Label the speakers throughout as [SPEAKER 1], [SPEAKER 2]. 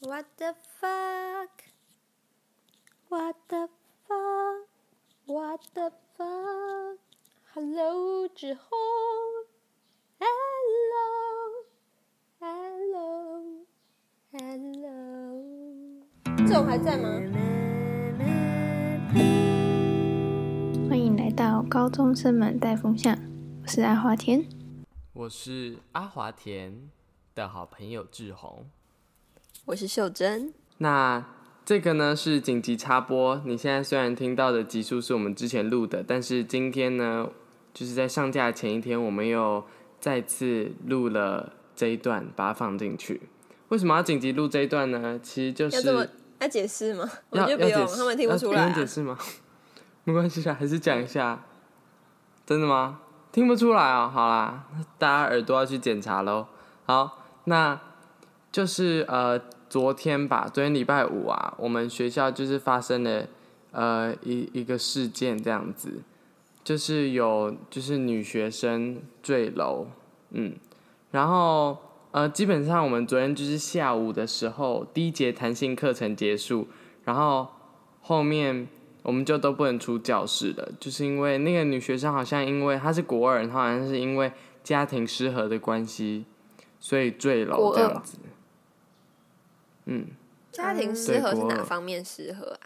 [SPEAKER 1] What the fuck? What the fuck? What the fuck? Hello，志宏。Hello，Hello，Hello。这种还在吗？
[SPEAKER 2] 欢迎来到高中生们带风向，我是阿华田。
[SPEAKER 3] 我是阿华田的好朋友志宏。
[SPEAKER 1] 我是秀珍。
[SPEAKER 3] 那这个呢是紧急插播，你现在虽然听到的集数是我们之前录的，但是今天呢，就是在上架前一天，我们又再次录了这一段，把它放进去。为什么要紧急录这一段呢？其实就是
[SPEAKER 1] 要这么要解释吗？我
[SPEAKER 3] 要
[SPEAKER 1] 就不
[SPEAKER 3] 要
[SPEAKER 1] 用
[SPEAKER 3] 解，释
[SPEAKER 1] 他们听不
[SPEAKER 3] 要
[SPEAKER 1] 出来、啊
[SPEAKER 3] 不用解。释吗？ 没关系啊，还是讲一下。真的吗？听不出来哦。好啦，那大家耳朵要去检查喽。好，那就是呃，昨天吧，昨天礼拜五啊，我们学校就是发生了呃一一个事件这样子，就是有就是女学生坠楼，嗯，然后呃，基本上我们昨天就是下午的时候，第一节弹性课程结束，然后后面我们就都不能出教室了，就是因为那个女学生好像因为她是国二，她好像是因为家庭失和的关系，所以坠楼
[SPEAKER 2] 国
[SPEAKER 3] 这
[SPEAKER 2] 二
[SPEAKER 3] 样子。嗯，
[SPEAKER 1] 家庭失和
[SPEAKER 3] 对
[SPEAKER 1] 是
[SPEAKER 3] 国
[SPEAKER 1] 哪
[SPEAKER 3] 二
[SPEAKER 1] 方面失和啊？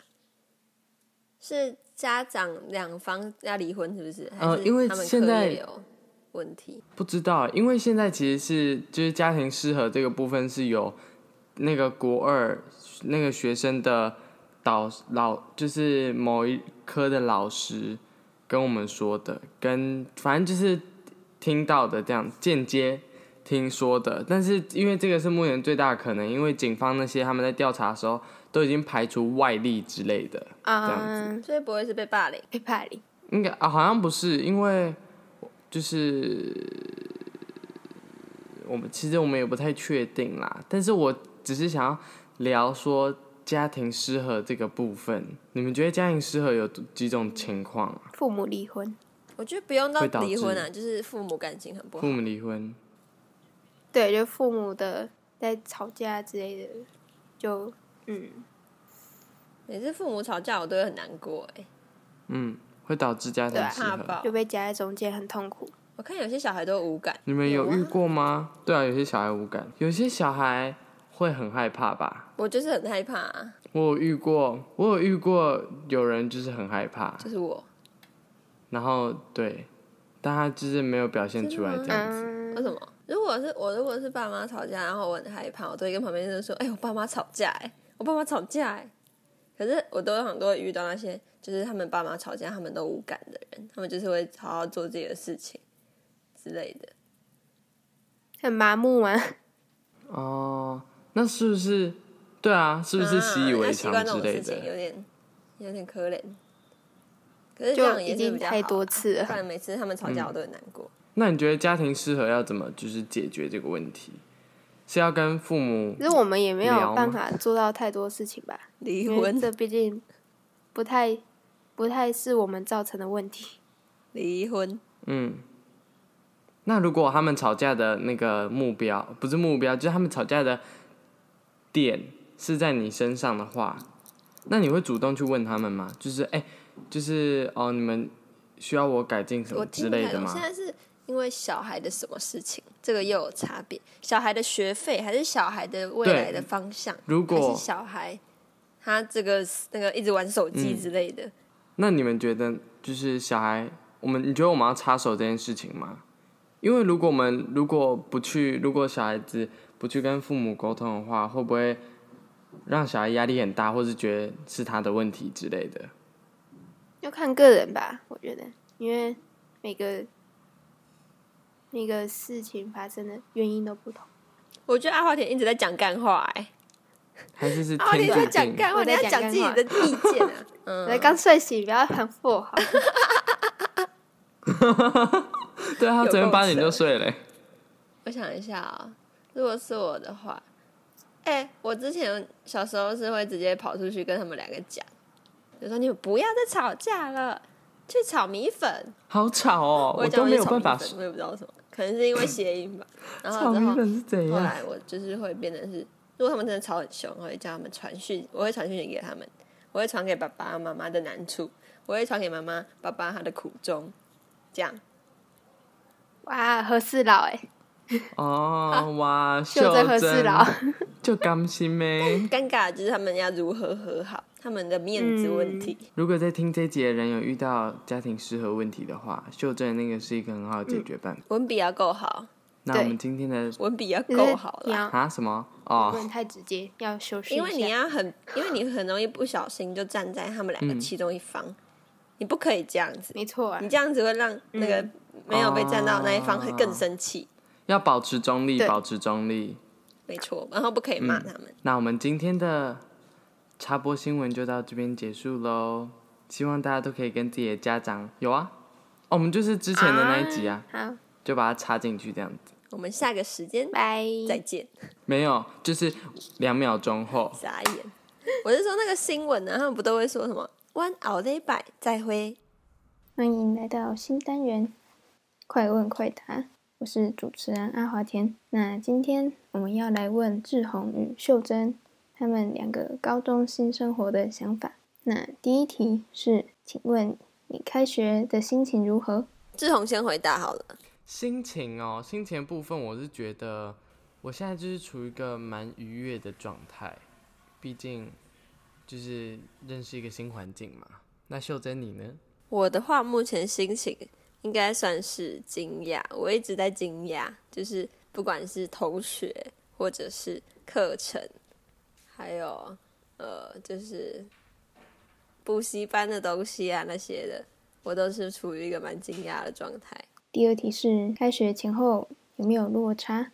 [SPEAKER 1] 是家长两方要离婚是不是？还
[SPEAKER 3] 呃
[SPEAKER 1] 是
[SPEAKER 3] 因为
[SPEAKER 1] 他们
[SPEAKER 3] 现
[SPEAKER 1] 课业
[SPEAKER 3] 在
[SPEAKER 1] 有问题，
[SPEAKER 3] 不知道，因为现在其实是就是家庭失和这个部分是有那个国二那个学生的导老，就是某一科的老师跟我们说的，跟反正就是听到的这样间接听说的，但是因为这个是目前最大的可能，因为警方那些他们在调查的时候都已经排除外力之类的，这样子
[SPEAKER 2] 啊，
[SPEAKER 1] 所以不会是被霸凌。
[SPEAKER 2] 被霸凌，
[SPEAKER 3] 应该啊，好像不是，因为就是我们其实我们也不太确定啦。但是我只是想要聊说家庭失和这个部分，你们觉得家庭失和有几种情况啊？
[SPEAKER 2] 父母离婚，
[SPEAKER 1] 我觉得不用到
[SPEAKER 3] 会导
[SPEAKER 1] 离婚啊，
[SPEAKER 3] 致
[SPEAKER 1] 就是父母感情很不好
[SPEAKER 3] 父。母离婚，
[SPEAKER 2] 对，就父母的在吵架之类的，就嗯，
[SPEAKER 1] 每次父母吵架，我都会很难过哎、
[SPEAKER 3] 嗯，会导致家庭
[SPEAKER 2] 对啊
[SPEAKER 3] 失
[SPEAKER 1] 怕
[SPEAKER 3] 和。
[SPEAKER 1] 爆
[SPEAKER 2] 就。被夹在中间，很痛苦。
[SPEAKER 1] 我看有些小孩都无感，
[SPEAKER 3] 你们有
[SPEAKER 1] 啊
[SPEAKER 3] 遇过吗？对啊，有些小孩无感，有些小孩会很害怕吧。
[SPEAKER 1] 我就是很害怕、啊，
[SPEAKER 3] 我有遇过，我有遇过有人就是很害怕，
[SPEAKER 1] 就是我。
[SPEAKER 3] 然后对，但他就是没有表现出来这
[SPEAKER 1] 真的吗
[SPEAKER 3] 样子。
[SPEAKER 2] 嗯
[SPEAKER 1] 为什么？嗯如果是我，如果是爸妈吵架，然后我很害怕，我都会跟旁边的人说：“哎、我爸妈吵架、哎，我爸妈吵架、哎。”可是我都很多遇到那些，就是他们爸妈吵架，他们都无感的人，他们就是会好好做自己的事情之类的。
[SPEAKER 2] 很麻木啊吗？
[SPEAKER 3] 哦，那是不是？对啊，是不是习以为常之类
[SPEAKER 1] 啊那习惯这种事情有
[SPEAKER 3] 的？
[SPEAKER 1] 点有点可怜。可 是这
[SPEAKER 2] 就
[SPEAKER 1] 样
[SPEAKER 2] 已
[SPEAKER 1] 也是
[SPEAKER 2] 经
[SPEAKER 1] 比较
[SPEAKER 2] 太
[SPEAKER 1] 好啊
[SPEAKER 2] 多次
[SPEAKER 1] 不
[SPEAKER 2] 了。
[SPEAKER 1] 然每次他们
[SPEAKER 3] 嗯
[SPEAKER 1] 吵架我都很难过。
[SPEAKER 3] 那你觉得家庭失和要怎么就是解决这个问题？是要跟父母
[SPEAKER 2] 可是我们也没
[SPEAKER 3] 聊
[SPEAKER 2] 有
[SPEAKER 3] 吗
[SPEAKER 2] 办法做到太多事情吧，
[SPEAKER 1] 离
[SPEAKER 2] 因为这毕竟不太不太是我们造成的问题。
[SPEAKER 1] 离婚，
[SPEAKER 3] 嗯？那如果他们吵架的那个目标不是目标，就是他们吵架的点是在你身上的话，那你会主动去问他们吗？就是哎、就是哦，你们需要我改进什
[SPEAKER 1] 我
[SPEAKER 3] 么
[SPEAKER 1] 听
[SPEAKER 3] 之
[SPEAKER 1] 不
[SPEAKER 3] 类
[SPEAKER 1] 太
[SPEAKER 3] 的
[SPEAKER 1] 懂。
[SPEAKER 3] 吗
[SPEAKER 1] 现？在是因为小孩的什么事情，这个又有差别。小孩的学费，还是小孩的未来的方向，
[SPEAKER 3] 如
[SPEAKER 1] 还是
[SPEAKER 3] 果
[SPEAKER 1] 小孩他这个那个一直玩手
[SPEAKER 3] 嗯
[SPEAKER 1] 机之类的。
[SPEAKER 3] 那你们觉得，就是小孩，我们你觉得我们要插手这件事情吗？因为如果我们如果不去，如果小孩子不去跟父母沟通的话，会不会让小孩压力很大，或是觉得是他的问题之类的？
[SPEAKER 2] 要看个人吧，我觉得，因为每个每个事情发生的原因都不同。
[SPEAKER 1] 我觉得阿华田一直在讲干话、哎，
[SPEAKER 3] 还是是
[SPEAKER 1] 阿华
[SPEAKER 3] 天
[SPEAKER 1] 田在
[SPEAKER 3] 注
[SPEAKER 1] 讲
[SPEAKER 3] 定？
[SPEAKER 1] 干话，
[SPEAKER 2] 我
[SPEAKER 1] 你
[SPEAKER 2] 在
[SPEAKER 1] 要
[SPEAKER 2] 讲
[SPEAKER 1] 讲
[SPEAKER 2] 干
[SPEAKER 1] 自己
[SPEAKER 2] 话
[SPEAKER 1] 的意见 啊。嗯，
[SPEAKER 2] 我才刚睡醒，不要喊我 好。
[SPEAKER 3] 对啊，
[SPEAKER 1] 有
[SPEAKER 3] 他昨天
[SPEAKER 1] 够
[SPEAKER 3] 八点
[SPEAKER 1] 扯
[SPEAKER 3] 就睡了 欸、
[SPEAKER 1] 我想一下啊、如果是我的话，哎、我之前小时候是会直接跑出去跟他们两个讲，就说你们不要再吵架了，去炒米粉。
[SPEAKER 3] 好吵哦、
[SPEAKER 1] 会
[SPEAKER 3] 我
[SPEAKER 1] 讲
[SPEAKER 3] 都
[SPEAKER 1] 我
[SPEAKER 3] 没
[SPEAKER 1] 去
[SPEAKER 3] 有
[SPEAKER 1] 炒米
[SPEAKER 3] 办
[SPEAKER 1] 粉，
[SPEAKER 3] 法睡。哦
[SPEAKER 1] 我也不知道为什么，可能是因为谐音吧。然
[SPEAKER 3] 炒
[SPEAKER 1] 后之
[SPEAKER 3] 米
[SPEAKER 1] 后
[SPEAKER 3] 粉是怎
[SPEAKER 1] 后
[SPEAKER 3] 样？
[SPEAKER 1] 来我就是会变成是，如果他们真的吵很凶，我会叫他们传讯，我会传讯息给他们，我会传给爸爸妈妈的难处，我会传给妈妈爸爸他的苦衷，这样
[SPEAKER 2] 哇，何四老哎、
[SPEAKER 3] 哦， 哇，
[SPEAKER 2] 秀珍和四
[SPEAKER 3] 珍
[SPEAKER 2] 老，
[SPEAKER 3] 就甘心咩？
[SPEAKER 1] 尴尬的就是他们要如何和好，他们的面子问题。
[SPEAKER 3] 如果在听这集的人有遇到家庭失和问题的话，秀珍那个是一个很好的解决办法。
[SPEAKER 1] 文笔要够好，
[SPEAKER 3] 那我们今天的
[SPEAKER 1] 文笔要
[SPEAKER 3] 嗯
[SPEAKER 2] 就是
[SPEAKER 1] 够好
[SPEAKER 2] 你
[SPEAKER 1] 啦，
[SPEAKER 2] 要
[SPEAKER 3] 啊什么
[SPEAKER 2] 不
[SPEAKER 3] 哦
[SPEAKER 2] 能太直接，要修饰一
[SPEAKER 1] 因
[SPEAKER 2] 下。
[SPEAKER 1] 为你要很，因为你很容易不小心就站在他们两个
[SPEAKER 3] 嗯
[SPEAKER 1] 其中一方，你不可以这样子，
[SPEAKER 2] 没错啊
[SPEAKER 1] 你，这样子会让那个没有被站到的那一方会更生气，
[SPEAKER 3] 要保持中立，
[SPEAKER 2] 对
[SPEAKER 3] 保持中立。
[SPEAKER 1] 没错，然后不可以骂他们。
[SPEAKER 3] 那我们今天的插播新闻就到这边结束喽，希望大家都可以跟自己的家长有啊，哦我们就是之前的那一集啊，
[SPEAKER 2] 好，
[SPEAKER 3] 就把它插进去这样子，
[SPEAKER 1] 我们下个时间
[SPEAKER 2] 拜。
[SPEAKER 1] 再见。
[SPEAKER 3] 没有，就是两秒钟后，
[SPEAKER 1] 傻眼，我是说那个新闻呢、啊，他们不都会说什么 “one o u day by 再会
[SPEAKER 2] 欢迎来到新单元，快问快答，我是主持人阿华田。那今天我们要来问志宏与秀珍他们两个高中新生活的想法。那第一题是，请问你开学的心情如何？”。
[SPEAKER 1] 志宏先回答好了，
[SPEAKER 3] 心情哦，心情的部分，我是觉得我现在就是处于一个蛮愉悦的状态，毕竟就是认识一个新环境嘛。那秀珍你呢？
[SPEAKER 1] 我的话目前心情应该算是惊讶，我一直在惊讶，就是不管是同学或者是课程，还有呃，就是补习班的东西啊那些的，我都是处于一个蛮惊讶的状态。
[SPEAKER 2] 第二题是，开学前后有没有落差？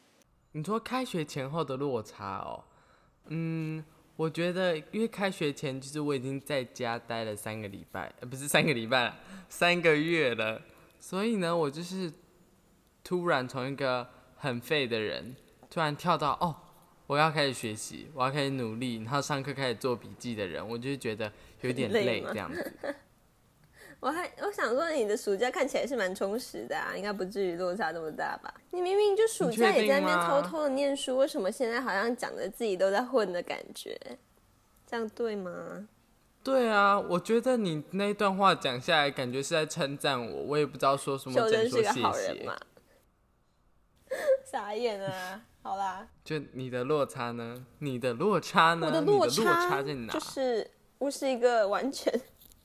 [SPEAKER 3] 你说开学前后的落差哦，嗯，我觉得因为开学前就是我已经在家待了三个礼拜，呃，不是三个礼拜了，三个月了，所以呢，我就是突然从一个很废的人，突然跳到哦，我要开始学习，我要开始努力，然后上课开始做笔记的人，我就是觉得有点
[SPEAKER 1] 累
[SPEAKER 3] 累
[SPEAKER 1] 吗
[SPEAKER 3] 这样子。
[SPEAKER 1] 我还我想说，你的暑假看起来是蛮充实的啊，应该不至于落差这么大吧？你明明就暑假
[SPEAKER 3] 你确
[SPEAKER 1] 也
[SPEAKER 3] 定
[SPEAKER 1] 在那边
[SPEAKER 3] 吗
[SPEAKER 1] 偷偷的念书，为什么现在好像讲的自己都在混的感觉？这样对吗？
[SPEAKER 3] 对啊，我觉得你那段话讲下来，感觉是在称赞我，我也不知道说什么
[SPEAKER 1] 秀，
[SPEAKER 3] 只能
[SPEAKER 1] 珍
[SPEAKER 3] 说
[SPEAKER 1] 是个
[SPEAKER 3] 谢
[SPEAKER 1] 好人
[SPEAKER 3] 谢
[SPEAKER 1] 嘛。？ 傻眼啊！好啦，
[SPEAKER 3] 就你的落差呢？你的落差呢？
[SPEAKER 1] 我的
[SPEAKER 3] 你
[SPEAKER 1] 落
[SPEAKER 3] 的落差在哪？。
[SPEAKER 1] 就是我是一个完全，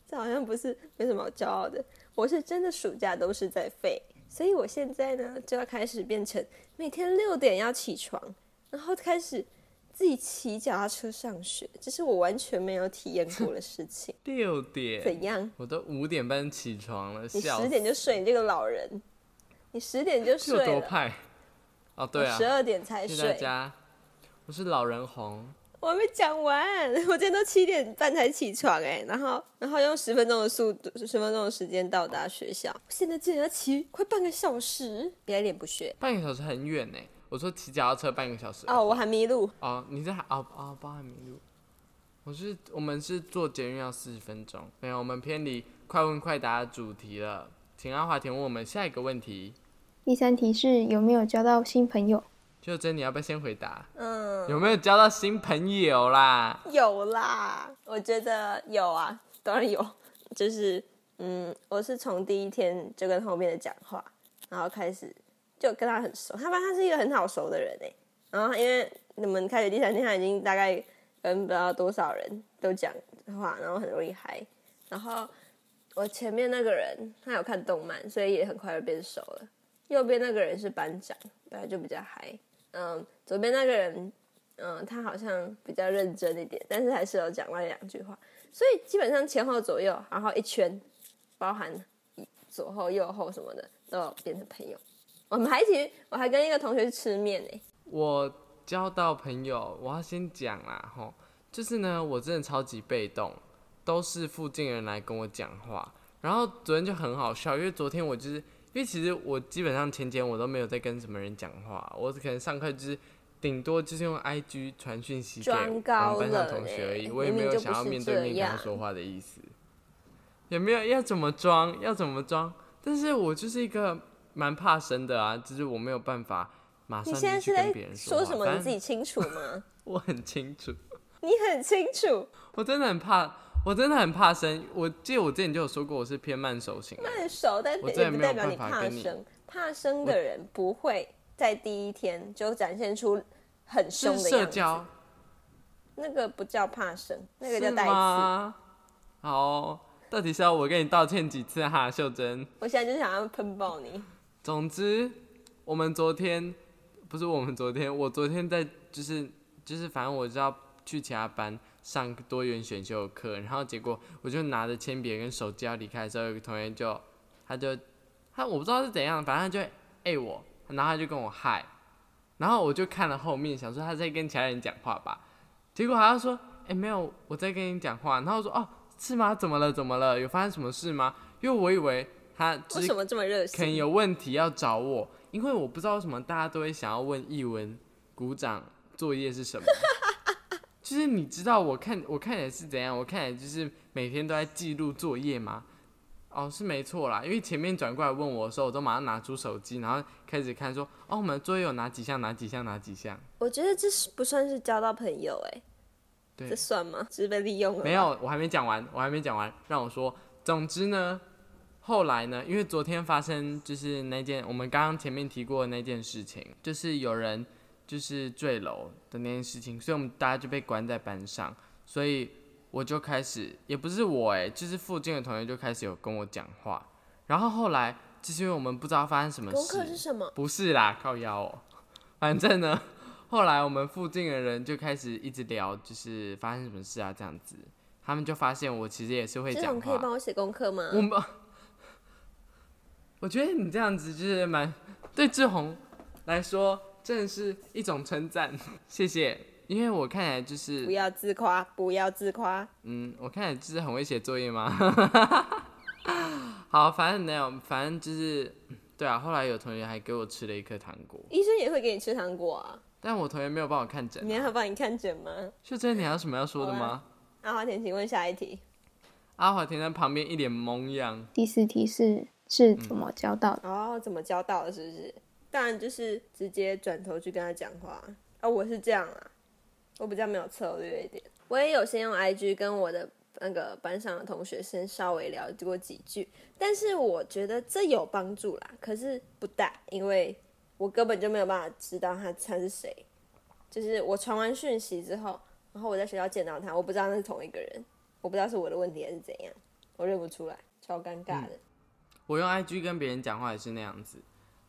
[SPEAKER 1] 这好像不是没什么好骄傲的。我是真的暑假都是在废，所以我现在呢就要开始变成每天六点要起床，然后开始自己骑脚踏车上学，这是我完全没有体验过的事情
[SPEAKER 3] 六点，
[SPEAKER 1] 怎样？
[SPEAKER 3] 我都五点半起床了，
[SPEAKER 1] 你
[SPEAKER 3] 笑
[SPEAKER 1] 十
[SPEAKER 3] 死，
[SPEAKER 1] 点就睡，你这个老人，你十点就睡
[SPEAKER 3] 有多
[SPEAKER 1] 了，
[SPEAKER 3] 派？哦，对啊
[SPEAKER 1] 十，二点才
[SPEAKER 3] 谢谢大
[SPEAKER 1] 睡。
[SPEAKER 3] 家，我是老人红，
[SPEAKER 1] 我还没讲完， 我今天都七点半才起床哎、然后然后用十分钟的速度，十分钟的时间到达学校。我现在竟然要骑快半个小时，别脸不学
[SPEAKER 3] 半个小时很远呢。我说骑脚踏车半个小时
[SPEAKER 1] 哦，我还迷路。
[SPEAKER 3] 哦，你在哦哦，包含迷路。我是我们是坐捷运要四十分钟，没有，我们偏离快问快答的主题了。请阿华田问我们下一个问题，
[SPEAKER 2] 第三题是有没有交到新朋友？
[SPEAKER 3] 就珍你要不要先回答？
[SPEAKER 1] 嗯，
[SPEAKER 3] 有没有交到新朋友啦？
[SPEAKER 1] 有啦，我觉得有啊，当然有，就是嗯，我是从第一天就跟后面的讲话，然后开始就跟他很熟，他发现他是一个很好熟的人哎、然后因为你们开学第三天，他已经大概跟不知道多少人都讲话，然后很容易嗨。然后我前面那个人他有看动漫，所以也很快就变熟了。右边那个人是班长，本来就比较嗨。嗯，左边那个人，嗯，他好像比较认真一点，但是还是有讲了两句话。所以基本上前后左右，然后一圈，包含左后右后什么的，都有变成朋友。我们还一起，我还跟一个同学去吃面呢、
[SPEAKER 3] 我交到朋友，我要先讲啦，吼，就是呢，我真的超级被动，都是附近人来跟我讲话。然后昨天就很好笑，因为昨天我就是因为其实我基本上前天我都没有在跟什么人讲话，我可能上课就是顶多就是用 IG 传讯息给我
[SPEAKER 1] 装
[SPEAKER 3] 们
[SPEAKER 1] 高
[SPEAKER 3] 班上
[SPEAKER 1] 冷
[SPEAKER 3] 同学
[SPEAKER 1] 欸
[SPEAKER 3] 而已，我也
[SPEAKER 1] 明
[SPEAKER 3] 没
[SPEAKER 1] 明
[SPEAKER 3] 有
[SPEAKER 1] 就
[SPEAKER 3] 想
[SPEAKER 1] 不
[SPEAKER 3] 要
[SPEAKER 1] 是
[SPEAKER 3] 面对
[SPEAKER 1] 这
[SPEAKER 3] 面跟他
[SPEAKER 1] 样
[SPEAKER 3] 说话的意思，也没有要怎么装，要怎么装。但是我就是一个蛮怕生的啊，就是我没有办法马上
[SPEAKER 1] 你
[SPEAKER 3] 就
[SPEAKER 1] 现在
[SPEAKER 3] 去
[SPEAKER 1] 是
[SPEAKER 3] 跟
[SPEAKER 1] 在
[SPEAKER 3] 别人
[SPEAKER 1] 说
[SPEAKER 3] 话
[SPEAKER 1] 什么？
[SPEAKER 3] 反
[SPEAKER 1] 你
[SPEAKER 3] 正
[SPEAKER 1] 自己清楚吗？
[SPEAKER 3] 我很清楚，
[SPEAKER 1] 你很清楚。
[SPEAKER 3] 我真的很怕，我真的很怕生。我记得我之前就有说过，我是偏慢手型的。
[SPEAKER 1] 慢熟，但
[SPEAKER 3] 我
[SPEAKER 1] 也
[SPEAKER 3] 真的
[SPEAKER 1] 不
[SPEAKER 3] 没
[SPEAKER 1] 代
[SPEAKER 3] 有
[SPEAKER 1] 表你
[SPEAKER 3] 办法
[SPEAKER 1] 怕
[SPEAKER 3] 跟你
[SPEAKER 1] 生。怕生的人不会在第一天就展现出很
[SPEAKER 3] 是
[SPEAKER 1] 凶的
[SPEAKER 3] 社
[SPEAKER 1] 样子，
[SPEAKER 3] 交，
[SPEAKER 1] 那个不叫怕生，那个
[SPEAKER 3] 是
[SPEAKER 1] 叫带刺。
[SPEAKER 3] 吗？好，到底是要我跟你道歉几次啊哈，秀珍？
[SPEAKER 1] 我现在就想要喷爆你，
[SPEAKER 3] 总之，我们昨天不是我们昨天，我昨天在就是就是，反正我知道去其他班上多元选修课，然后结果我就拿着铅笔跟手机要离开的时候，有个同学就他就他我不知道是怎样，反正他就哎我，然后他就跟我嗨，然后我就看了后面，想说他在跟其他人讲话吧，结果他就说哎没有，我在跟你讲话，然后我说哦是吗？怎么了？怎么了？有发生什么事吗？因为我以为他 只
[SPEAKER 1] 为
[SPEAKER 3] 是
[SPEAKER 1] 什么这么热
[SPEAKER 3] 可能
[SPEAKER 1] 情？
[SPEAKER 3] 有问题要找我，因为我不知道为什么大家都会想要问译文鼓掌作业是什么。就是你知道我看我看起来是怎样？我看起来就是每天都在记录作业吗？哦，是没错啦，因为前面转过来问我的时候，我都马上拿出手机，然后开始看说，哦，我们的作业有哪几项，哪几项，哪几项。
[SPEAKER 1] 我觉得这是不算是交到朋友哎、
[SPEAKER 3] 对
[SPEAKER 1] 这算吗？只是被利 用了。
[SPEAKER 3] 没，有，我还没讲完，我还没讲完，让我说。总之呢，后来呢，因为昨天发生就是那件我们刚刚前面提过的那件事情，就是有人就是坠楼的那件事情，所以我们大家就被关在班上，所以我就开始，也不是我哎、就是附近的同学就开始有跟我讲话，然后后来就是因为我们不知道发生什么
[SPEAKER 1] 功课
[SPEAKER 3] 事
[SPEAKER 1] 是，什么？
[SPEAKER 3] 不是啦，靠腰哦、反正呢，后来我们附近的人就开始一直聊，就是发生什么事啊这样子。他们就发现我其实也是会
[SPEAKER 1] 志
[SPEAKER 3] 讲
[SPEAKER 1] 宏可以
[SPEAKER 3] 话。
[SPEAKER 1] 帮我写功课吗？
[SPEAKER 3] 我们， 我觉得你这样子就是蛮对志宏来说，真的是一种称赞，谢谢。因为我看起来就
[SPEAKER 1] 不
[SPEAKER 3] 是，
[SPEAKER 1] 要自夸，不要自夸。
[SPEAKER 3] 嗯，我看起来就是很会写作业嘛。 好，反正没有，反正就是，对啊。后来有同学还给我吃了一颗糖果，
[SPEAKER 1] 医生也会给你吃糖果啊，
[SPEAKER 3] 但我同学没有帮我看诊、
[SPEAKER 1] 你
[SPEAKER 3] 啊。
[SPEAKER 1] 让他帮你看诊吗？
[SPEAKER 3] 秀珍，你还有什么要说的
[SPEAKER 1] 好
[SPEAKER 3] 吗
[SPEAKER 1] 啊？阿华田，请问下一题。
[SPEAKER 3] 阿华田在旁边一脸懵样，
[SPEAKER 2] 第四题是是怎么交到的？
[SPEAKER 1] 哦，怎么交到的？是不是？当然就是直接转头去跟他讲话。啊，我是这样啊，我比较没有策略一点。我也有先用 IG 跟我的那个班上的同学先稍微聊过几句，但是我觉得这有帮助啦，可是不大，因为我根本就没有办法知道他他是谁。就是我传完讯息之后，然后我在学校见到他，我不知道那是同一个人，我不知道是我的问题还是怎样，我认不出来，超尴尬的。
[SPEAKER 3] 我用 IG 跟别人讲话也是那样子，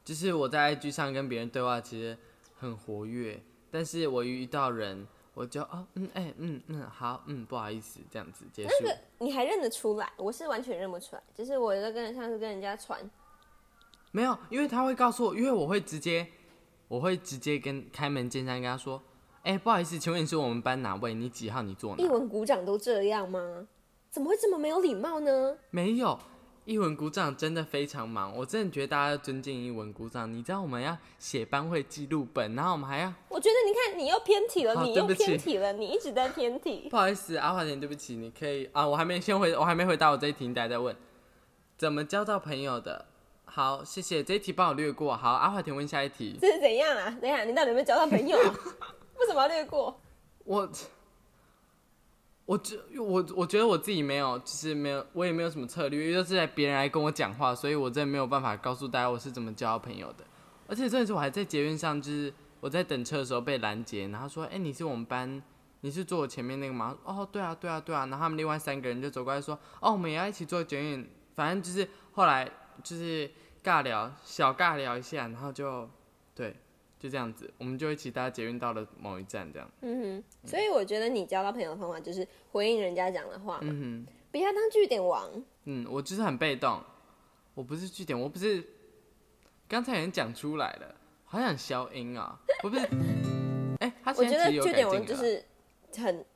[SPEAKER 3] 就是我在 IG 上跟别人对话其实很活跃，但是我一遇到人我就哦嗯哎、嗯嗯好嗯不好意思这样子结束。
[SPEAKER 1] 你还认得出来？我是完全认不出来，就是我在跟上次跟人家传，
[SPEAKER 3] 没有，因为他会告诉我，因为我会直接我会直接跟开门见山跟他说，哎、不好意思，请问你是我们班哪位？你几号？你坐哪
[SPEAKER 1] 一？文鼓掌都这样吗？怎么会这么没有礼貌呢？
[SPEAKER 3] 没有，一文鼓掌真的非常忙，我真的觉得大家要尊敬一文鼓掌。你知道我们要写班会记录本，然后我们还要
[SPEAKER 1] 我觉得你看你又偏题了，
[SPEAKER 3] 好
[SPEAKER 1] 你
[SPEAKER 3] 啊对
[SPEAKER 1] 又
[SPEAKER 3] 不起
[SPEAKER 1] 偏题了，你一直在偏题。
[SPEAKER 3] 不好意思，阿华田，对不起，你可以啊，我还没先回，我还没回答我这一题，你大家再问，怎么交到朋友的？好，谢谢这一题帮我略过。好，阿华田问下一题，
[SPEAKER 1] 这是怎样啊？等一下，你到底有没有交到朋友啊？ 为什么要略过？
[SPEAKER 3] 我，我觉我我觉得我自己没有，就是没有，我也没有什么策略，因为都是在别人来跟我讲话，所以我真的没有办法告诉大家我是怎么交到朋友的。而且真的是我还在捷运上，就是我在等车的时候被拦截，然后说，哎、你是我们班你是坐我前面那个吗？哦，对啊，对啊，对啊。然后他们另外三个人就走过来说，哦，我们也要一起坐捷运。反正就是后来就是尬聊，小尬聊一下，然后就对，就这样子，我们就一起搭捷运到了某一站，这样。
[SPEAKER 1] 嗯哼，所以我觉得你交到朋友的方法就是回应人家讲的话嘛，
[SPEAKER 3] 嗯哼，
[SPEAKER 1] 不要当据点王。
[SPEAKER 3] 嗯，我就是很被动，我不是据点，我不是刚才有人讲出来了，好想消音啊，我不是。哎、他
[SPEAKER 1] 我
[SPEAKER 3] 现
[SPEAKER 1] 觉得
[SPEAKER 3] 在其实有
[SPEAKER 1] 据点
[SPEAKER 3] 改进
[SPEAKER 1] 王
[SPEAKER 3] 了。
[SPEAKER 1] 就是很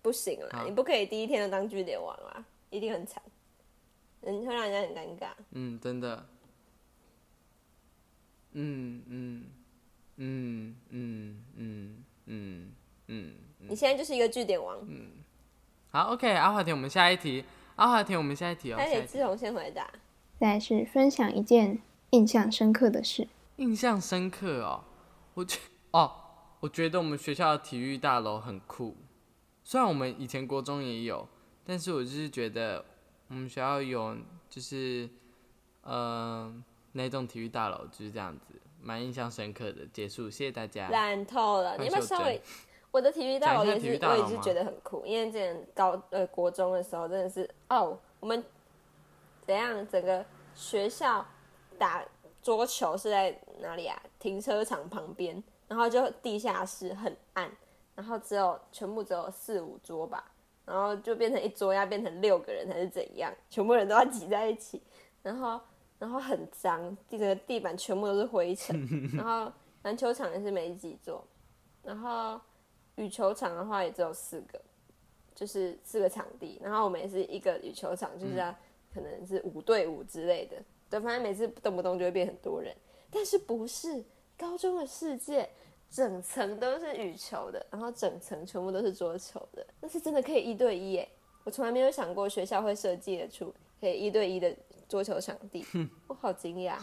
[SPEAKER 1] 不行啦，
[SPEAKER 3] 好
[SPEAKER 1] 你不可以第一天就当据点王啦，一定很惨，嗯，会让人家很尴尬。
[SPEAKER 3] 嗯，真的。嗯嗯嗯嗯嗯嗯嗯。
[SPEAKER 1] 你现在就是一个据点王。
[SPEAKER 3] 好，OK，阿华田，我们下一题。阿华田，我们下一题哦。
[SPEAKER 1] 那
[SPEAKER 3] 下
[SPEAKER 1] 得
[SPEAKER 3] 一题
[SPEAKER 1] 志宏先回答，
[SPEAKER 2] 再来是分享一件印象深刻的事。
[SPEAKER 3] 印象深刻哦，我觉哦，我觉得我们学校的体育大楼很酷，虽然我们以前国中也有，但是我就是觉得我们学校有就是呃那栋体育大楼就是这样子，蛮印象深刻的。结束，谢谢大家。
[SPEAKER 1] 烂透了，你
[SPEAKER 3] 潘
[SPEAKER 1] 要不要
[SPEAKER 3] 秀
[SPEAKER 1] 稍微
[SPEAKER 3] 珍？
[SPEAKER 1] 我的体育大楼
[SPEAKER 3] 讲一下
[SPEAKER 1] 也
[SPEAKER 3] 体育
[SPEAKER 1] 是，
[SPEAKER 3] 大
[SPEAKER 1] 我
[SPEAKER 3] 楼
[SPEAKER 1] 也是
[SPEAKER 3] 吗
[SPEAKER 1] 觉得很酷，因为之前高呃国中的时候真的是哦，我们怎样整个学校打桌球是在哪里啊？停车场旁边，然后就地下室很暗，然后只有全部只有四五桌吧，然后就变成一桌要变成六个人还是怎样，全部人都要挤在一起，然后然后很脏，地整个地板全部都是灰尘， 然后篮球场也是没几座，然后羽球场的话也只有四个，就是四个场地，然后我们也是一个羽球场，就是要、可能是五对五之类的，对，反正每次动不动就会变很多人，但是不是高中的世界。整层都是羽球的，然后整层全部都是桌球的，那是真的可以一对一耶！我从来没有想过学校会设计得出可以一对一的桌球场地，我好惊讶，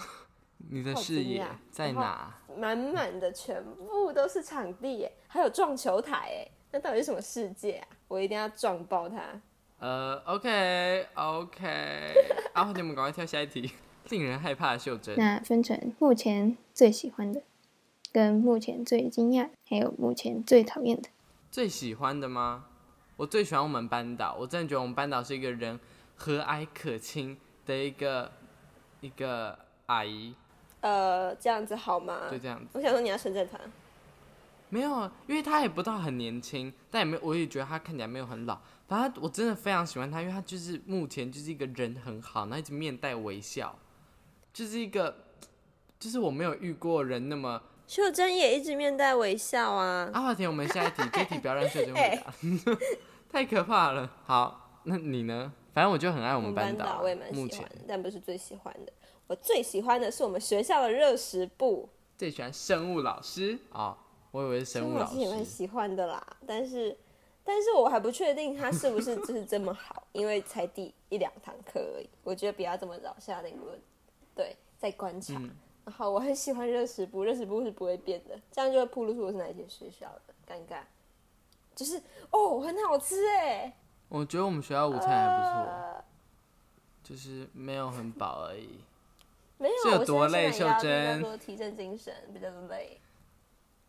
[SPEAKER 3] 你的
[SPEAKER 1] 好
[SPEAKER 3] 视
[SPEAKER 1] 惊
[SPEAKER 3] 野
[SPEAKER 1] 讶
[SPEAKER 3] 在
[SPEAKER 1] 然后
[SPEAKER 3] 哪？
[SPEAKER 1] 满满的全部都是场地耶，还有撞球台耶，那到底是什么世界啊？我一定要撞爆它！
[SPEAKER 3] 呃，OK OK，阿华田，我们赶快跳下一题。令人害怕的袖珍，
[SPEAKER 2] 那分成目前最喜欢的，跟目前最惊讶，还有目前最讨厌的。
[SPEAKER 3] 最喜欢的吗？我最喜欢我们班导，我真的觉得我们班导是一个人和蔼可亲的一个一个阿姨，
[SPEAKER 1] 呃，这样子好吗？
[SPEAKER 3] 就这样子。
[SPEAKER 1] 我想说你要称赞他，
[SPEAKER 3] 没有，啊因为她也不到很年轻，但也没有，我也觉得她看起来没有很老。反正我真的非常喜欢她，因为她就是目前就是一个人很好，然后一直面带微笑，就是一个，就是我没有遇过人那么
[SPEAKER 1] 秀珍也一直面带微笑啊。
[SPEAKER 3] 阿华田，我们下一题，这一题不要让秀珍 回答， 太可怕了。好，那你呢？反正我就很爱我
[SPEAKER 1] 我
[SPEAKER 3] 们
[SPEAKER 1] 们班
[SPEAKER 3] 导
[SPEAKER 1] 导
[SPEAKER 3] 啊，
[SPEAKER 1] 我也蛮
[SPEAKER 3] 目
[SPEAKER 1] 喜
[SPEAKER 3] 前
[SPEAKER 1] 欢的，但不是最喜欢的。我最喜欢的是我们学校的热食部，
[SPEAKER 3] 最喜欢生物老师哦，我以为是生物
[SPEAKER 1] 老
[SPEAKER 3] 老
[SPEAKER 1] 师也蛮
[SPEAKER 3] 师。
[SPEAKER 1] 喜欢的啦，但是但是我还不确定他是不是就是这么好，因为才第一两堂课而已，我觉得不要这么早下定论，对，再观察。
[SPEAKER 3] 嗯
[SPEAKER 1] 然后我很喜欢热食部，热食部是不会变的，这样就会暴露出我是哪一间学校的，尴尬。就是哦，很好吃哎，
[SPEAKER 3] 我觉得我们学校午餐还不错，
[SPEAKER 1] 呃，
[SPEAKER 3] 就是没有很饱而已。
[SPEAKER 1] 没有，
[SPEAKER 3] 是有多累
[SPEAKER 1] 我现在
[SPEAKER 3] 秀
[SPEAKER 1] 是蛮压力
[SPEAKER 3] 珍
[SPEAKER 1] 比较多提振精神，比较累。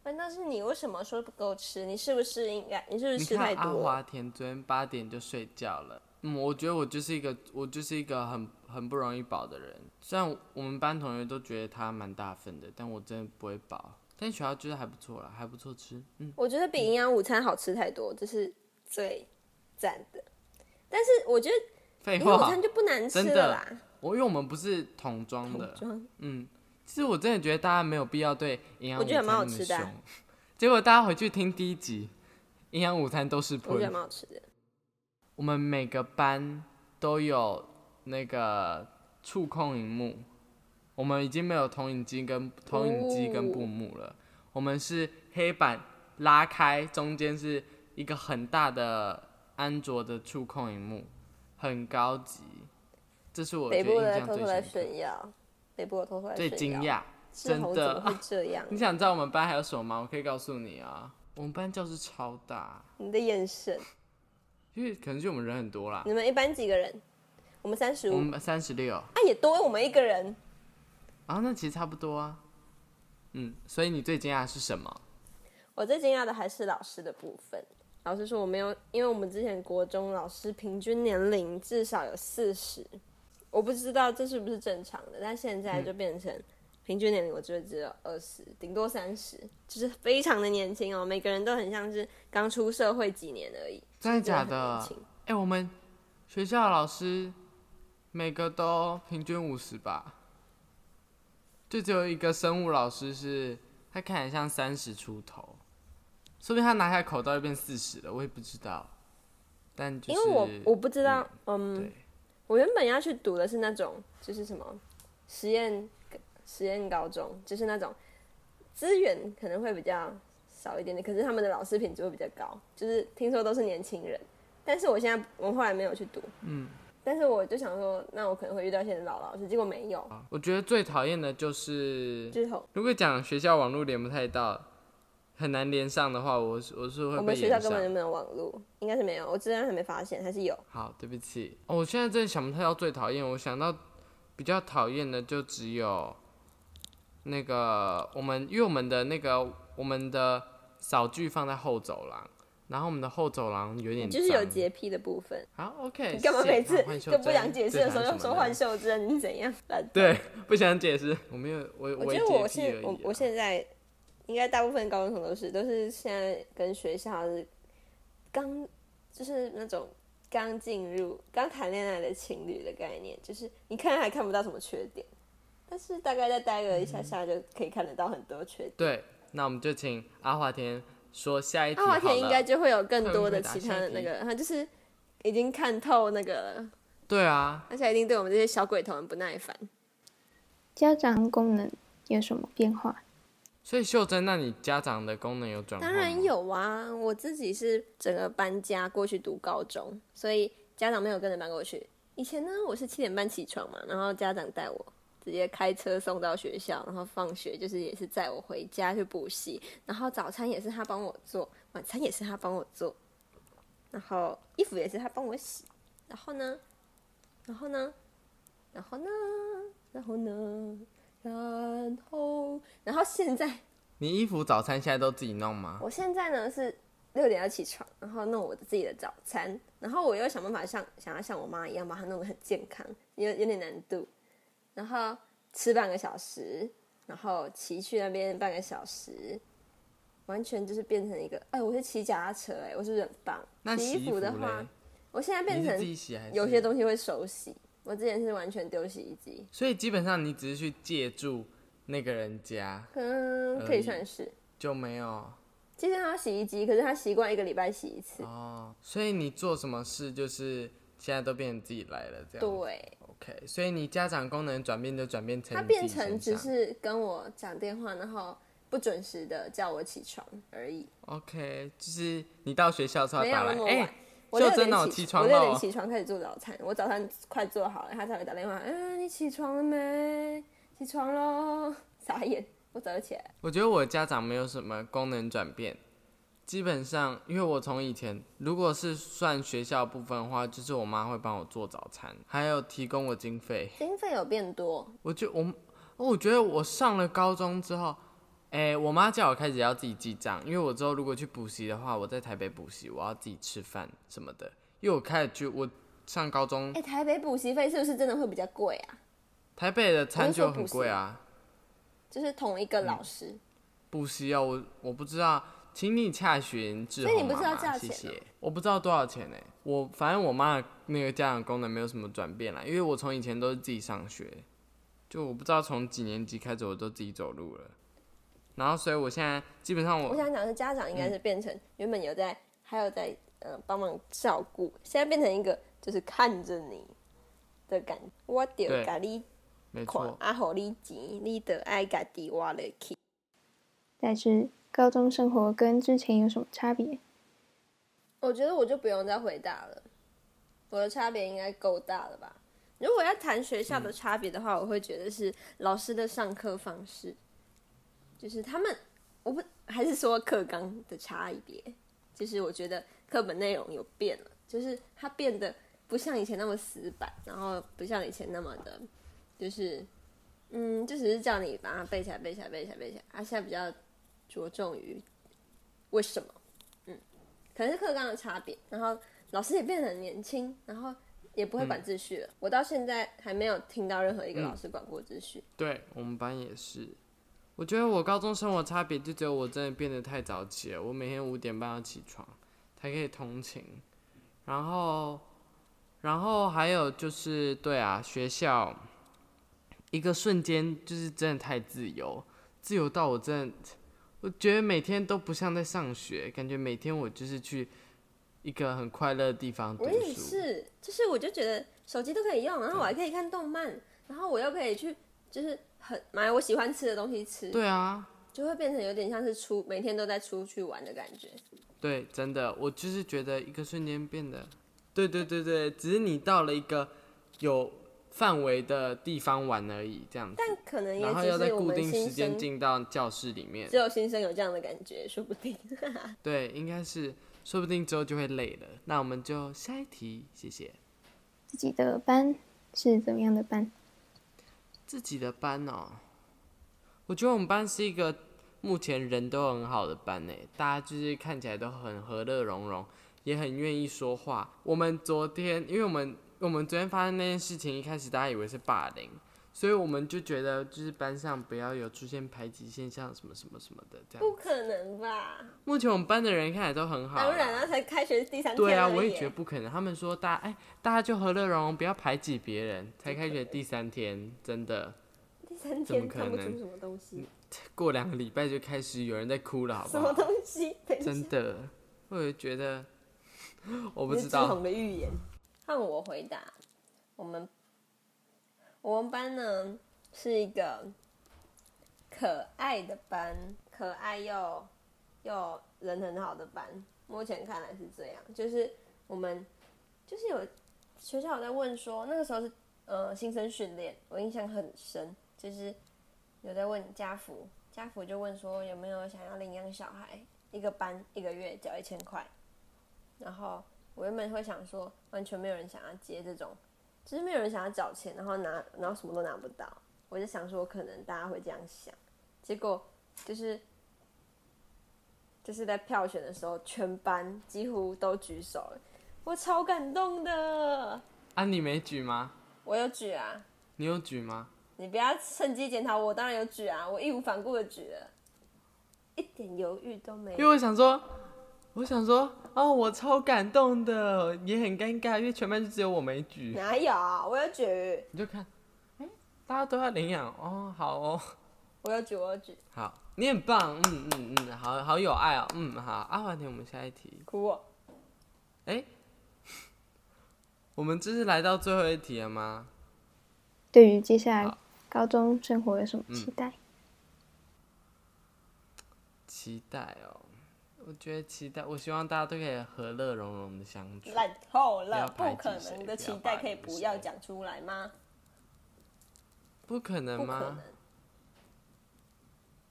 [SPEAKER 1] 难道是你为什么说不够吃？你是不是应该？你是不是
[SPEAKER 3] 你
[SPEAKER 1] 吃
[SPEAKER 3] 看
[SPEAKER 1] 太
[SPEAKER 3] 阿
[SPEAKER 1] 多？
[SPEAKER 3] 华田昨天八点就睡觉了。嗯，我觉得我就是一个我就是一个很很不容易饱的人。虽然我们班同学都觉得他蛮大份的，但我真的不会饱。但学校就是还不错啦，还不错吃。嗯。
[SPEAKER 1] 我觉得比营养午餐好吃太多，这是最赞的。但是我觉得
[SPEAKER 3] 废
[SPEAKER 1] 营养午
[SPEAKER 3] 话
[SPEAKER 1] 餐，就不难吃了
[SPEAKER 3] 真的
[SPEAKER 1] 啦。
[SPEAKER 3] 我因为我们不是桶装的，
[SPEAKER 1] 装
[SPEAKER 3] 嗯，其实我真的觉得大家没有必要对营养午
[SPEAKER 1] 我觉得
[SPEAKER 3] 餐
[SPEAKER 1] 蛮
[SPEAKER 3] 那
[SPEAKER 1] 好
[SPEAKER 3] 么
[SPEAKER 1] 吃的啊
[SPEAKER 3] 凶。结果大家回去听第一集，营养午餐都是
[SPEAKER 1] 我觉得
[SPEAKER 3] 喷。
[SPEAKER 1] 蛮好吃的。
[SPEAKER 3] 我们每个班都有那个触控荧幕，我们已经没有投影机跟投影机跟
[SPEAKER 1] 哦
[SPEAKER 3] 布幕了，我们是黑板拉开，中间是一个很大的安卓的触控荧幕，很高级。这是我觉
[SPEAKER 1] 北
[SPEAKER 3] 得
[SPEAKER 1] 部
[SPEAKER 3] 印
[SPEAKER 1] 的
[SPEAKER 3] 象
[SPEAKER 1] 偷
[SPEAKER 3] 最
[SPEAKER 1] 偷来
[SPEAKER 3] 深刻
[SPEAKER 1] 炫耀，北部的偷偷来
[SPEAKER 3] 最
[SPEAKER 1] 炫
[SPEAKER 3] 惊
[SPEAKER 1] 耀，
[SPEAKER 3] 讶，
[SPEAKER 1] 志
[SPEAKER 3] 真
[SPEAKER 1] 宏怎么
[SPEAKER 3] 的。
[SPEAKER 1] 会这样？
[SPEAKER 3] 你想知道我们班还有什么吗？我可以告诉你啊，我们班教室超大，
[SPEAKER 1] 你的眼神，
[SPEAKER 3] 因为可能就我们人很多啦，
[SPEAKER 1] 你们一班几个人？我们三十
[SPEAKER 3] 我
[SPEAKER 1] 五，
[SPEAKER 3] 们三十六，
[SPEAKER 1] 啊，也多我们一个人。
[SPEAKER 3] 啊，那其实差不多啊。嗯，所以你最惊讶的是什么？
[SPEAKER 1] 我最惊讶的还是老师的部分。老师说我没有，因为我们之前国中老师平均年龄至少有四十，我不知道这是不是正常的，但现在
[SPEAKER 3] 嗯
[SPEAKER 1] 就变成平均年龄，我觉得只有二十，顶多三十，就是非常的年轻哦。每个人都很像是刚出社会几年而已，
[SPEAKER 3] 真的假
[SPEAKER 1] 真的很年？
[SPEAKER 3] 的
[SPEAKER 1] 轻
[SPEAKER 3] 哎、我们学校的老师每个都平均五十吧，就只有一个生物老师是，他看起来像三十出头，说不定他拿下口罩就变四十了，我也不知道。但就是
[SPEAKER 1] 因为我我不知道，嗯
[SPEAKER 3] 对，
[SPEAKER 1] 我原本要去读的是那种就是什么实验实验高中，就是那种资源可能会比较少一点点，可是他们的老师品质会比较高，就是听说都是年轻人。但是我现在我后来没有去读，嗯，但是我就想说，那我可能会遇到一些老老师，结果没有，
[SPEAKER 3] 啊我觉得最讨厌的就是，
[SPEAKER 1] 之后
[SPEAKER 3] 如果讲学校网络连不太到，很难连上的话，我是我是会
[SPEAKER 1] 我
[SPEAKER 3] 被
[SPEAKER 1] 们学校
[SPEAKER 3] 延
[SPEAKER 1] 根
[SPEAKER 3] 上
[SPEAKER 1] 本。就没有网络，应该是没有，我之前还没发现，还是有。
[SPEAKER 3] 好，对不起，哦，我现在真的想不太到最讨厌，我想到比较讨厌的就只有那个我们，因为我们的那个我们的扫具放在后走廊，然后我们的后走廊有点
[SPEAKER 1] 就是有
[SPEAKER 3] 脏
[SPEAKER 1] 洁癖的部分。
[SPEAKER 3] 好，OK，
[SPEAKER 1] 你干嘛
[SPEAKER 3] 谢谢
[SPEAKER 1] 每次就
[SPEAKER 3] 啊好换袖
[SPEAKER 1] 不
[SPEAKER 3] 珍
[SPEAKER 1] 想解释的时候
[SPEAKER 3] 这
[SPEAKER 1] 又
[SPEAKER 3] 盘什
[SPEAKER 1] 说
[SPEAKER 3] 么
[SPEAKER 1] 换
[SPEAKER 3] 的
[SPEAKER 1] 袖珍？你怎样？懒惰
[SPEAKER 3] 对，不想解释，我没有，我
[SPEAKER 1] 我
[SPEAKER 3] 也
[SPEAKER 1] 觉得我
[SPEAKER 3] 洁癖
[SPEAKER 1] 现
[SPEAKER 3] 而已
[SPEAKER 1] 我我
[SPEAKER 3] 啊
[SPEAKER 1] 现在应该大部分高中同学都是都是现在跟学校是刚就是那种刚进入刚谈恋爱的情侣的概念，就是你看还看不到什么缺点，但是大概再待个一
[SPEAKER 3] 嗯
[SPEAKER 1] 下下就可以看得到很多缺点。
[SPEAKER 3] 对，那我们就请阿华田说下一题
[SPEAKER 1] 阿
[SPEAKER 3] 好了。
[SPEAKER 1] 华田应该就会有更多的
[SPEAKER 3] 快问快答
[SPEAKER 1] 其他的那
[SPEAKER 3] 下
[SPEAKER 1] 个，他就是已经看透那个了，
[SPEAKER 3] 对啊，
[SPEAKER 1] 而且一定对我们这些小鬼头很不耐烦。
[SPEAKER 2] 家长功能有什么变化？
[SPEAKER 3] 所以秀珍，那你家长的功能有转化
[SPEAKER 1] 当
[SPEAKER 3] 吗？
[SPEAKER 1] 然有啊，我自己是整个搬家过去读高中，所以家长没有跟着搬过去。以前呢，我是七点半起床嘛，然后家长带我直接开车送到学校，然后放学就是也是载我回家去补习，然后早餐也是他帮我做，晚餐也是他帮我做，然后衣服也是他帮我洗，然后呢，然后呢，然后呢，然后呢，然后，然后现在
[SPEAKER 3] 你衣服、早餐现在都自己弄吗？
[SPEAKER 1] 我现在呢是六点要起床，然后弄我自己的早餐，然后我又想办法像想要像我妈一样把它弄得很健康，有有点难度。然后吃半个小时，然后骑去那边半个小时，完全就是变成一个，哎，我是骑脚踏车、哎，我是不是很棒。
[SPEAKER 3] 那
[SPEAKER 1] 洗
[SPEAKER 3] 洗
[SPEAKER 1] 衣服的话
[SPEAKER 3] 嘞，，
[SPEAKER 1] 我现在变
[SPEAKER 3] 你是自
[SPEAKER 1] 成
[SPEAKER 3] 己洗还是
[SPEAKER 1] 有些东西会手洗，我之前是完全丢洗衣机，
[SPEAKER 3] 所以基本上你只是去借住那个人家，
[SPEAKER 1] 嗯，可以
[SPEAKER 3] 而已
[SPEAKER 1] 算是。
[SPEAKER 3] 就没有
[SPEAKER 1] 其实他有洗衣机，可是他习惯一个礼拜洗一次。
[SPEAKER 3] 哦。所以你做什么事就是现在都变成自己来了，这样。
[SPEAKER 1] 对，
[SPEAKER 3] OK，所以你家长功能转变就转变成
[SPEAKER 1] 他
[SPEAKER 3] 你
[SPEAKER 1] 变
[SPEAKER 3] 自己
[SPEAKER 1] 成
[SPEAKER 3] 身
[SPEAKER 1] 只
[SPEAKER 3] 上
[SPEAKER 1] 是跟我讲电话，然后不准时的叫我起床而已，
[SPEAKER 3] OK，就是你到学校之后
[SPEAKER 1] 没有
[SPEAKER 3] 打来，
[SPEAKER 1] 那么
[SPEAKER 3] 哎、
[SPEAKER 1] 晚。我六
[SPEAKER 3] 秀珍
[SPEAKER 1] 点
[SPEAKER 3] 啊我
[SPEAKER 1] 起
[SPEAKER 3] 起
[SPEAKER 1] 床，
[SPEAKER 3] 床
[SPEAKER 1] 我
[SPEAKER 3] 了
[SPEAKER 1] 六
[SPEAKER 3] 哦
[SPEAKER 1] 点起床开始做早餐，我早餐快做好了，他才会打电话，嗯、你起床了没？起床喽！傻眼，我早就起来了。
[SPEAKER 3] 我觉得我家长没有什么功能转变，基本上因为我从以前如果是算学校部分的话，就是我妈会帮我做早餐，还有提供我经费。
[SPEAKER 1] 经费有变多，
[SPEAKER 3] 我就我哦我觉得我上了高中之后，哎、我妈叫我开始要自己记账，因为我之后如果去补习的话，我在台北补习，我要自己吃饭什么的。因为我开始去我上高中
[SPEAKER 1] 哎、，台北补习费是不是真的会比较贵啊？
[SPEAKER 3] 台北的餐
[SPEAKER 1] 我是说
[SPEAKER 3] 就很
[SPEAKER 1] 补习
[SPEAKER 3] 贵啊。
[SPEAKER 1] 就是同一个
[SPEAKER 3] 嗯
[SPEAKER 1] 老师，
[SPEAKER 3] 补习哦，我我不知道，请你洽询志
[SPEAKER 1] 所以
[SPEAKER 3] 宏
[SPEAKER 1] 你不
[SPEAKER 3] 妈
[SPEAKER 1] 知道
[SPEAKER 3] 妈，
[SPEAKER 1] 价
[SPEAKER 3] 谢
[SPEAKER 1] 钱哦
[SPEAKER 3] 谢。我不知道多少钱呢、我反正我妈的那个家长功能没有什么转变啦，因为我从以前都是自己上学，就我不知道从几年级开始我都自己走路了，然后所以我现在基本上我
[SPEAKER 1] 我想讲的是家长应该是
[SPEAKER 3] 嗯
[SPEAKER 1] 变成原本有在，还有在呃帮忙照顾，现在变成一个就是看着你的感觉，我得
[SPEAKER 3] 对
[SPEAKER 1] 甲你
[SPEAKER 3] 没
[SPEAKER 1] 看
[SPEAKER 3] 错，，
[SPEAKER 1] 啊，互你钱，你得爱家己活落去。
[SPEAKER 2] 再是高中生活跟之前有什么差别？
[SPEAKER 1] 我觉得我就不用再回答了，我的差别应该够大了吧？如果要谈学校的差别的话，我会觉得是老师的上课方式，就是他们，我不还是说课纲的差异别，就是我觉得课本内容有变了，就是它变得不像以前那么死板，然后不像以前那么的，就是嗯，就只是叫你把它背起来，背起来，背起来，背起来，它、现在比较着重于为什么。可能是课纲的差别，然后老师也变得很年轻，然后也不会管秩序了。
[SPEAKER 3] 嗯
[SPEAKER 1] 我到现在还没有听到任何一个老师管过秩序。
[SPEAKER 3] 对我们班也是。我觉得我高中生活差别就只有我真的变得太早起了，我每天五点半要起床才可以通勤，然后，然后还有就是对啊，学校一个瞬间就是真的太自由，自由到我真的，我觉得每天都不像在上学，感觉每天我就是去一个很快乐的地方读
[SPEAKER 1] 我也
[SPEAKER 3] 书，
[SPEAKER 1] 是，就是我就觉得手机都可以用，然后我还可以看动漫，然后我又可以去就是很买我喜欢吃的东西吃，
[SPEAKER 3] 对啊，
[SPEAKER 1] 就会变成有点像是出每天都在出去玩的感觉。
[SPEAKER 3] 对，真的，我就是觉得一个瞬间变得，对对对对，只是你到了一个有范围的地方玩而已，这样子。
[SPEAKER 1] 但可能也
[SPEAKER 3] 然后要
[SPEAKER 1] 只
[SPEAKER 3] 在
[SPEAKER 1] 是我
[SPEAKER 3] 固
[SPEAKER 1] 们
[SPEAKER 3] 定
[SPEAKER 1] 新
[SPEAKER 3] 时间
[SPEAKER 1] 生，
[SPEAKER 3] 进到教室里面
[SPEAKER 1] 只。有新生有这样的感觉，说不定。
[SPEAKER 3] 对，应该是，说不定之后就会累了。那我们就下一题，谢谢。
[SPEAKER 2] 自己的班是怎么样的班？
[SPEAKER 3] 自己的班哦，我觉得我们班是一个目前人都很好的班诶，大家就是看起来都很和乐融融，也很愿意说话。我们昨天，因为我们我们昨天发生那件事情，一开始大家以为是霸凌，所以我们就觉得就是班上不要有出现排挤现象，什么什么什么的这
[SPEAKER 1] 不
[SPEAKER 3] 样。
[SPEAKER 1] 可能吧？
[SPEAKER 3] 目前我们班的人看起来都很好啦，
[SPEAKER 1] 当然啊，才开学第三天
[SPEAKER 3] 对啊，
[SPEAKER 1] 而已
[SPEAKER 3] 我也觉得不可能。他们说大哎、大家就和乐融融，不要排挤别人。才开学第三天，真的
[SPEAKER 1] 第三
[SPEAKER 3] 怎么
[SPEAKER 1] 天
[SPEAKER 3] 可
[SPEAKER 1] 看不出
[SPEAKER 3] 能
[SPEAKER 1] 什么东西，
[SPEAKER 3] 过两个礼拜就开始有人在哭了，好不
[SPEAKER 1] 什么
[SPEAKER 3] 好？
[SPEAKER 1] 东西？等一下
[SPEAKER 3] 真的，我也 觉得，我不
[SPEAKER 1] 你是
[SPEAKER 3] 知
[SPEAKER 1] 志
[SPEAKER 3] 道
[SPEAKER 1] 宏。的预言。换我回答，我们我们班呢是一个可爱的班，可爱又又人很好的班。目前看来是这样，就是我们就是有学校有在问说，那个时候是呃新生训练，我印象很深，就是有在问家福，家福就问说有没有想要领养小孩，一个班一个月缴一千块，然后我原本会想说，完全没有人想要接这种，就是没有人想要找钱，然后拿，然后什么都拿不到。我就想说，可能大家会这样想，结果就是就是在票选的时候，全班几乎都举手了，我超感动的。
[SPEAKER 3] 啊，你没举吗？
[SPEAKER 1] 我有举啊，
[SPEAKER 3] 你有举吗？
[SPEAKER 1] 你不要趁机检讨我，我当然有举啊，我义无反顾的举了，一点犹豫都没
[SPEAKER 3] 因
[SPEAKER 1] 有
[SPEAKER 3] 为。我想说，我想说，哦，我超感动的，也很尴尬，因为全班就只有我没举。
[SPEAKER 1] 哪有？我有举，
[SPEAKER 3] 你就看，哎、大家都要领养哦，好哦。
[SPEAKER 1] 我有举，我有举，
[SPEAKER 3] 好，你很棒，嗯嗯嗯，好好有爱哦，嗯好，阿华田，我们下一题，
[SPEAKER 1] 哭哦、
[SPEAKER 3] 哎、 我们这是来到最后一题了吗？
[SPEAKER 2] 对于接下来
[SPEAKER 3] 好
[SPEAKER 2] 高中生活有什么期待？
[SPEAKER 3] 期待哦，我觉得期待，我希望大家都可以和乐融融的相处。
[SPEAKER 1] 烂透
[SPEAKER 3] 不要
[SPEAKER 1] 了，
[SPEAKER 3] 排
[SPEAKER 1] 不
[SPEAKER 3] 挤
[SPEAKER 1] 可
[SPEAKER 3] 谁
[SPEAKER 1] 能
[SPEAKER 3] 不要
[SPEAKER 1] 的期待
[SPEAKER 3] 排
[SPEAKER 1] 可以
[SPEAKER 3] 挤
[SPEAKER 1] 不
[SPEAKER 3] 谁
[SPEAKER 1] 要讲出来吗？
[SPEAKER 3] 不可能
[SPEAKER 1] 不可
[SPEAKER 3] 吗
[SPEAKER 1] 能？，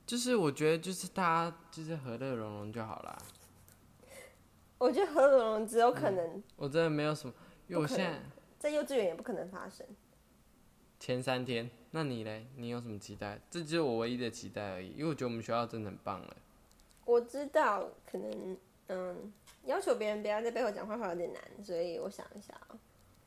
[SPEAKER 3] 就是我觉得就是大家就是和乐融融就好啦。
[SPEAKER 1] 我觉得何荣荣只有可能
[SPEAKER 3] 我真的没有什么，因为我
[SPEAKER 1] 不可
[SPEAKER 3] 现
[SPEAKER 1] 能
[SPEAKER 3] 在
[SPEAKER 1] 在幼稚园也不可能发生。
[SPEAKER 3] 前三天，那你嘞？你有什么期待？这就是我唯一的期待而已，因为我觉得我们学校真的很棒了。
[SPEAKER 1] 我知道，可能嗯，要求别人不要在背后讲坏话有点难，所以我想一下啊。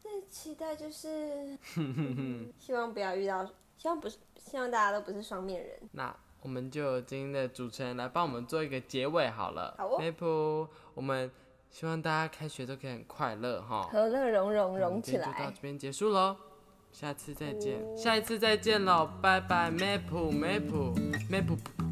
[SPEAKER 1] 那期待 就是，嗯希望不要遇到，希望不是，希望大家都不是双面人。
[SPEAKER 3] 那我们就由今天的主持人来帮我们做一个结尾好了。
[SPEAKER 1] 好哦
[SPEAKER 3] Maple，我们希望大家开学都可以很快乐哈。
[SPEAKER 1] 和乐融融
[SPEAKER 3] 我
[SPEAKER 1] 融
[SPEAKER 3] 们
[SPEAKER 1] 起
[SPEAKER 3] 嗯今天就到
[SPEAKER 1] 来嗯
[SPEAKER 3] 这，边结束喽，下次再见，下一次再见喽，拜拜，Maple Maple Maple。